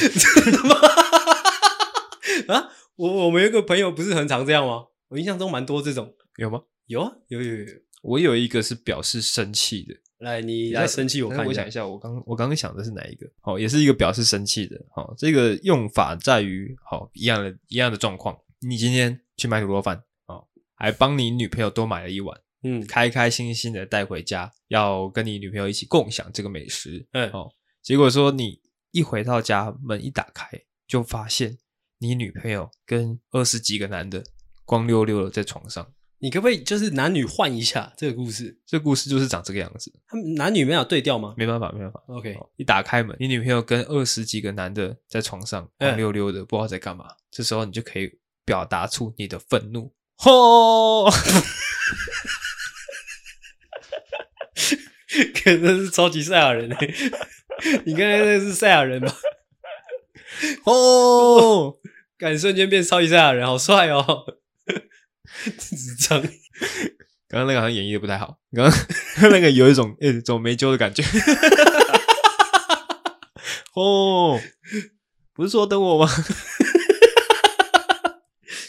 Speaker 1: 啊，我我们有一个朋友不是很常这样吗？我印象中蛮多这种，
Speaker 2: 有吗？
Speaker 1: 有啊，有有有有。
Speaker 2: 我有一个是表示生气的，
Speaker 1: 来，你
Speaker 2: 你
Speaker 1: 来生气，我看
Speaker 2: 我
Speaker 1: 一
Speaker 2: 想
Speaker 1: 下
Speaker 2: 一。下，我刚我刚刚想的是哪一个？哦，也是一个表示生气的。哦，这个用法在于，好一样的一样的状况。你今天去买卤肉饭，哦，还帮你女朋友多买了一碗，
Speaker 1: 嗯
Speaker 2: 开开心心的带回家，要跟你女朋友一起共享这个美食。
Speaker 1: 嗯
Speaker 2: 哦，结果说你一回到家，门一打开，就发现你女朋友跟二十几个男的光溜溜的在床上。
Speaker 1: 你可不可以就是男女换一下这个故事？
Speaker 2: 这故事就是长这个样子，
Speaker 1: 他们男女没有对调吗
Speaker 2: [LAUGHS] 没办法，没办法。哦
Speaker 1: ？OK，
Speaker 2: 一打开门，你女朋友跟二十几个男的在床上
Speaker 1: 嗯
Speaker 2: 光溜溜的，不知道在干嘛。这时候你就可以表达出你的愤怒。哦
Speaker 1: 吼， [LAUGHS] 可真是超级赛亚人、欸，你刚才那是赛亚
Speaker 2: [LAUGHS]
Speaker 1: 人吧？哦，敢瞬间变超级赛亚人，好帅哦！ [LAUGHS] 智障。
Speaker 2: 刚刚那个好像演绎的不太好，刚刚 [LAUGHS] 那个有一种诶、怎么没救的感觉。 [LAUGHS] 哦，不是说等我
Speaker 1: [LAUGHS]
Speaker 2: 吗？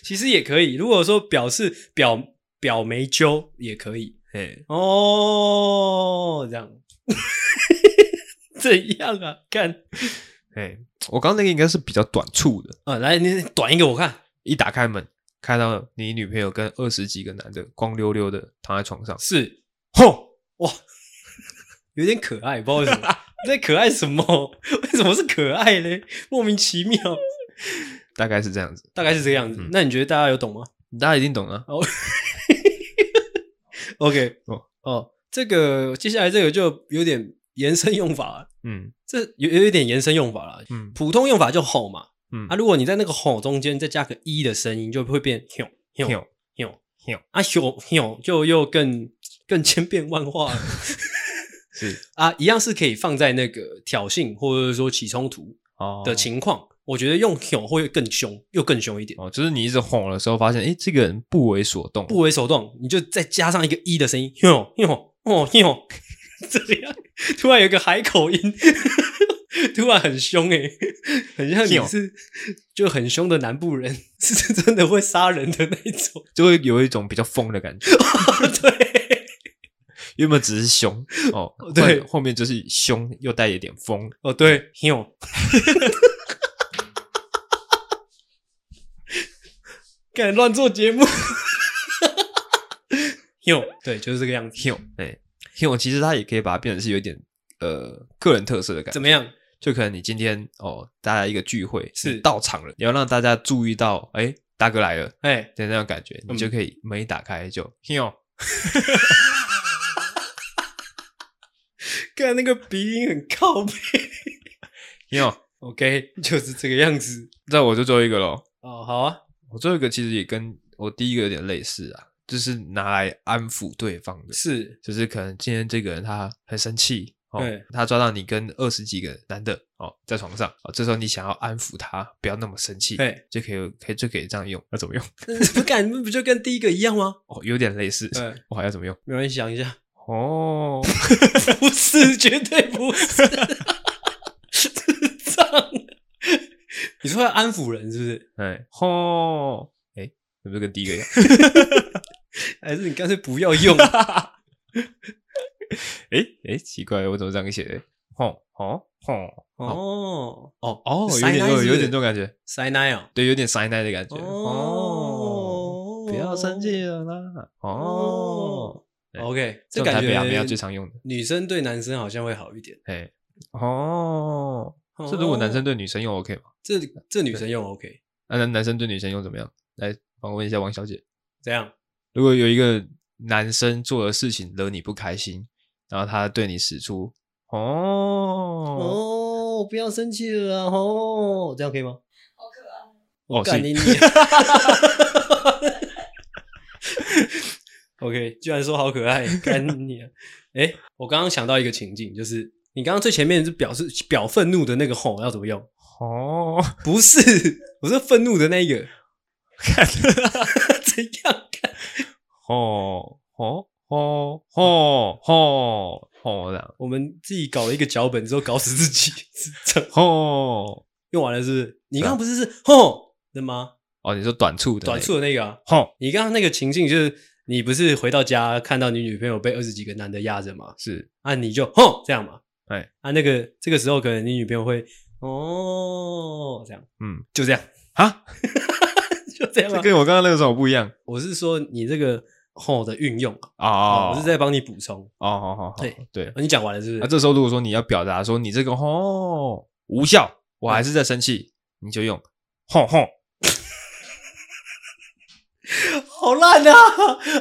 Speaker 1: 其实也可以。如果说表示表表没揪也可以
Speaker 2: 哎，
Speaker 1: 哦，这样 [LAUGHS] 怎样啊？看
Speaker 2: 哎，我刚刚那个应该是比较短促的，
Speaker 1: 啊，来你短一个我看，
Speaker 2: 一打开门，看到你女朋友跟二十几个男的光溜溜的躺在床上，
Speaker 1: 是吼哇，有点可爱，不知道为什么 [LAUGHS] 你在可爱什么？ [LAUGHS] 为什么是可爱嘞？莫名其妙，
Speaker 2: 大概是这样子。
Speaker 1: 大概是这个样子。
Speaker 2: 嗯
Speaker 1: 那你觉得大家有懂吗
Speaker 2: 大家一定懂啊，
Speaker 1: ？OK，
Speaker 2: 哦
Speaker 1: 哦，这个接下来这个就有点延伸用法了，
Speaker 2: 嗯
Speaker 1: 这有有一点延伸用法了。
Speaker 2: 嗯
Speaker 1: 普通用法就吼嘛，
Speaker 2: 嗯
Speaker 1: 啊，如果你在那个吼中间再加个一的声音，就会变吼吼
Speaker 2: 跳
Speaker 1: 吼
Speaker 2: 跳
Speaker 1: 啊吼吼，就又更更千变万化
Speaker 2: [LAUGHS]
Speaker 1: 了
Speaker 2: 是
Speaker 1: 啊！一样是可以放在那个挑衅或者说起冲突
Speaker 2: 哦
Speaker 1: 的情况，我觉得用吼会更凶，又更凶一点，
Speaker 2: 哦，就是你一直哄的时候，发现诶，这个人不为所动，
Speaker 1: 不为所动，你就再加上一个一的声音，吼吼吼吼， [LAUGHS] 这样突然有一个海口音。 [LAUGHS] 突然很凶诶、很像你
Speaker 2: 吼
Speaker 1: 是就很凶的南部人，是真的会杀人的那一种。
Speaker 2: 就会有一种比较疯的感觉。
Speaker 1: [LAUGHS] 对，
Speaker 2: [LAUGHS] 原本只是凶哦
Speaker 1: 对
Speaker 2: 后后面就是凶又带一点疯，
Speaker 1: 哦， [LAUGHS] 对，哟，敢乱做节 [LAUGHS] 目，哟，对，就是这个样子。
Speaker 2: 凶哎，凶其实它也可以把它变成是有一点呃个人特色的感觉
Speaker 1: 怎。么样？
Speaker 2: 就可能你今天哦，大家一个聚会
Speaker 1: 是
Speaker 2: 你到场了，你要让大家注意到，哎，大哥来了
Speaker 1: 哎，
Speaker 2: 的那种感觉，你就可以门一打开就凶，
Speaker 1: 看那个鼻音很靠背。
Speaker 2: 凶。
Speaker 1: OK，就是这个样子。
Speaker 2: 那我就最后一个喽。
Speaker 1: 哦，好啊，
Speaker 2: 我最后一个其实也跟我第一个有点类似啊，就是拿来安抚对方的，
Speaker 1: 是，
Speaker 2: 就是可能今天这个人他很生气哦
Speaker 1: 对，
Speaker 2: 他抓到你跟二十几个男的哦在床上哦，这时候你想要安抚他，不要那么生气，
Speaker 1: [LAUGHS] 对，
Speaker 2: 就可以可以就可以这样用，要怎么用？
Speaker 1: 嗯不敢，不就跟第一个一样吗？
Speaker 2: 哦，有点类似，
Speaker 1: 嗯
Speaker 2: 我还要怎么用？
Speaker 1: [LAUGHS] 没关系，想一 [LAUGHS] 下。
Speaker 2: 哦，
Speaker 1: 不是，绝对不 [LAUGHS] 是，智障。你说要安抚人是不是？
Speaker 2: 哎，吼，哎，是不是跟第一个 [LAUGHS] 一样？
Speaker 1: 还是你干脆不要用？啊
Speaker 2: 哎哎，奇怪，我怎么这样写的？吼吼吼，
Speaker 1: 哦哦
Speaker 2: 哦，有
Speaker 1: 塞
Speaker 2: 点
Speaker 1: 奶
Speaker 2: 有
Speaker 1: 是
Speaker 2: 有点这种感觉，
Speaker 1: 塞奶哦，
Speaker 2: 对，有点塞奶的感觉。
Speaker 1: 哦
Speaker 2: 不要生气了啦。哦，
Speaker 1: 哦。
Speaker 2: 对
Speaker 1: OK，这
Speaker 2: 种台
Speaker 1: 感
Speaker 2: 北
Speaker 1: 觉
Speaker 2: 阿妹要最常用的。
Speaker 1: 女生对男生好像会好一点。
Speaker 2: 哎，哦，这如果男生对女生用 OK 吗？啊
Speaker 1: 这这女生用 OK，
Speaker 2: 那男男生对女生用怎么样？来访问一下王小姐，
Speaker 1: 怎样？
Speaker 2: 如果有一个男生做的事情惹你不开心，然后他对你使出哦，
Speaker 1: 哦哦，不要生气了啊哦，这样可以吗？
Speaker 3: 好可爱。
Speaker 2: 哦，
Speaker 1: 干
Speaker 2: 是
Speaker 1: 你你 [LAUGHS] OK，居然说好可
Speaker 2: [LAUGHS]
Speaker 1: 爱，干你、啊！哎、我刚刚想到一个情境，就是你刚刚最前面是表示表愤怒的那个吼要怎么用？
Speaker 2: 哦，
Speaker 1: 不是，我是 [LAUGHS] 愤怒的那一个，
Speaker 2: 看
Speaker 1: [LAUGHS] 怎样？
Speaker 2: 哦哦哦哦哦哦这样
Speaker 1: 我们自己搞了一个脚本之后搞死自己，是这样
Speaker 2: 哦
Speaker 1: 用完了是不是？你刚刚不是
Speaker 2: 啊
Speaker 1: 是吼的吗？
Speaker 2: 哦，你说短促的
Speaker 1: 短促的那个啊，
Speaker 2: 吼
Speaker 1: 你刚刚那个情境就是你不是回到家看到你女朋友被二十几个男的压着吗？
Speaker 2: 是
Speaker 1: 啊，你就吼这样嘛，
Speaker 2: 哎，
Speaker 1: 啊，那个这个时候可能你女朋友会哦这样， [LAUGHS]
Speaker 2: 嗯
Speaker 1: 就这样，
Speaker 2: 啊，
Speaker 1: 就这样
Speaker 2: 这
Speaker 1: 啊。
Speaker 2: 跟我刚刚那个时候不一样
Speaker 1: 我是说你这个吼的运用啊，
Speaker 2: 哦，
Speaker 1: 我是在帮你补充。
Speaker 2: 哦好好好
Speaker 1: 对
Speaker 2: 对，
Speaker 1: 啊你讲完了是不是？
Speaker 2: 那这时候如果说你要表达说你这个吼无效，我还是在生气，你就用吼吼
Speaker 1: [LAUGHS] 好烂啊，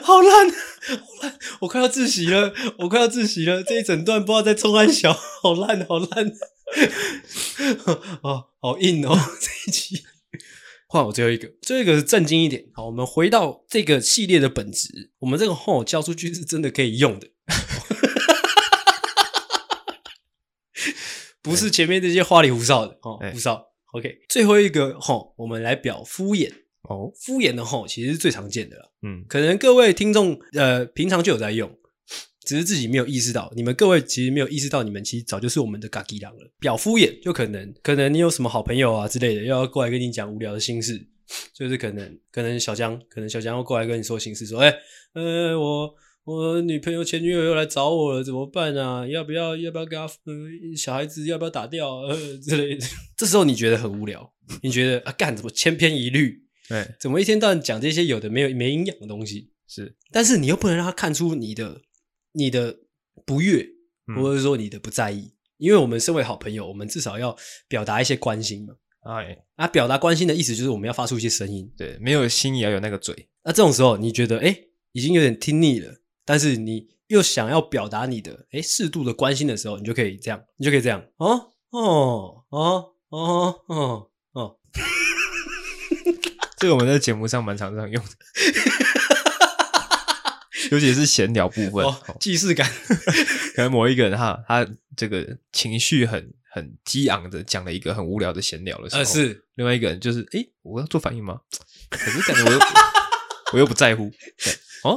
Speaker 1: 好烂、好烂！我快要窒息了，我快要窒息了。这一整段不知道在冲安小， [LAUGHS] 好烂，好烂！ [LAUGHS] 哦，好硬哦， [LAUGHS] 这一集。换我最后一个，最后一个是震惊一点。好，我们回到这个系列的本质，我们这个吼教出去是真的可以用的， [LAUGHS] 不是前面这些花里胡哨的哦
Speaker 2: 哎，
Speaker 1: 胡哨。OK，最后一个吼，我们来表敷衍。
Speaker 2: 哦
Speaker 1: 敷衍的吼其实是最常见的啦，
Speaker 2: 嗯
Speaker 1: 可能各位听众呃平常就有在用，只是自己没有意识到。你们各位其实没有意识到，你们其实早就是我们的嘎吉郎了。表敷衍就可能可能你有什么好朋友啊之类的，又要过来跟你讲无聊的心事，就是可能可能小江可能小江要过来跟你说心事，说哎、呃我。我女朋友前女友又来找我了，怎么办啊？要不要要不要跟她呃小孩子要不要打掉啊 [LAUGHS] 呃之类的？这时候你觉得很无聊，你觉得啊干怎么千篇一律？
Speaker 2: 对
Speaker 1: 怎么一天到晚讲这些有的没有没营养的东西？
Speaker 2: 是
Speaker 1: 但是你又不能让他看出你的你的不悦，
Speaker 2: 嗯
Speaker 1: 或者说你的不在意，因为我们身为好朋友，我们至少要表达一些关心嘛。
Speaker 2: 哎
Speaker 1: 啊，表达关心的意思就是我们要发出一些声音。
Speaker 2: 对，没有心也要有那个嘴，
Speaker 1: 那这种时候，你觉得哎、诶已经有点听腻了，但是你又想要表达你的哎、诶适度的关心的时候，你就可以这样，你就可以这样哦哦哦哦哦哦，
Speaker 2: 这个我们在节目上蛮常常
Speaker 1: [LAUGHS]
Speaker 2: 用的，尤其是闲聊部分，
Speaker 1: 哦
Speaker 2: 哦
Speaker 1: 既视感。
Speaker 2: 可能某一个人哈，他这个情绪很很激昂的讲了一个很无聊的闲聊的时候，
Speaker 1: 呃，是
Speaker 2: 另外一个人就是诶，我要做反
Speaker 1: [LAUGHS]
Speaker 2: 应吗？可是感觉我又我又不在乎，对哦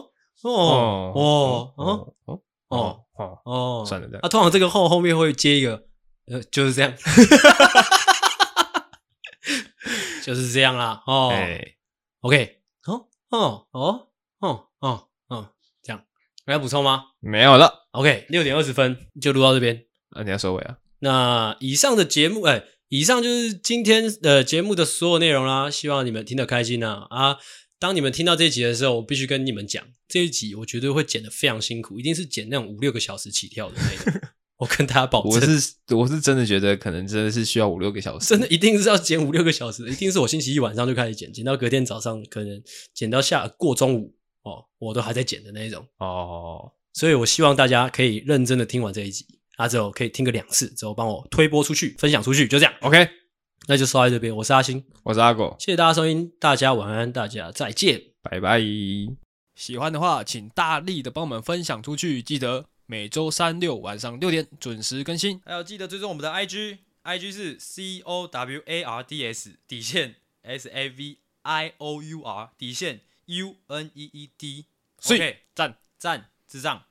Speaker 1: 哦哦哦
Speaker 2: 哦哦
Speaker 1: 哦
Speaker 2: 哦哦，
Speaker 1: 哦，
Speaker 2: 算了这样
Speaker 1: 啊，通常这个后后面会接一个，呃，就是这样， [LAUGHS] 就是这样啦。哦、
Speaker 2: 哎
Speaker 1: o k 哦哦哦哦哦哦，这样，还要补充吗
Speaker 2: 没有了，
Speaker 1: ？OK，六点二十分就录到这边。
Speaker 2: 啊，你要收尾啊，
Speaker 1: 那以上的节目，哎、以上就是今天的节目的所有内容啦。希望你们听得开心啊啊！当你们听到这一集的时候，我必须跟你们讲，这一集我绝对会剪得非常辛苦，一定是剪那种五六个小时起跳的那
Speaker 2: [LAUGHS]
Speaker 1: 种。我跟大家保
Speaker 2: 我
Speaker 1: 证，
Speaker 2: 是我是真的觉得可能真的是需要五六个小时
Speaker 1: 真，的一定是要剪五六个小时的，一定是我星期一晚上就开始剪，剪到隔天早上，可能剪到下过中午哦，我都还在剪的那一种。
Speaker 2: 哦，
Speaker 1: 所以我希望大家可以认真的听完这一集，啊，之后可以听个两次，之后帮我推播出去，分享出去，就这样。
Speaker 2: OK，
Speaker 1: 那就说到这边，我是阿星，
Speaker 2: 我是阿狗，
Speaker 1: 谢谢大家收听，大家晚安，大家再见。
Speaker 2: 拜拜。
Speaker 4: 喜欢的话，请大力的帮我们分享出去。记得每周三六晚上六点准时更新。
Speaker 5: 还有记得追踪我们的 IG，IG 是 C O W A R D S 底线 S A V I O U R 底线 U N E E D，
Speaker 4: 所以
Speaker 5: OK，
Speaker 4: 赞
Speaker 5: 赞智障。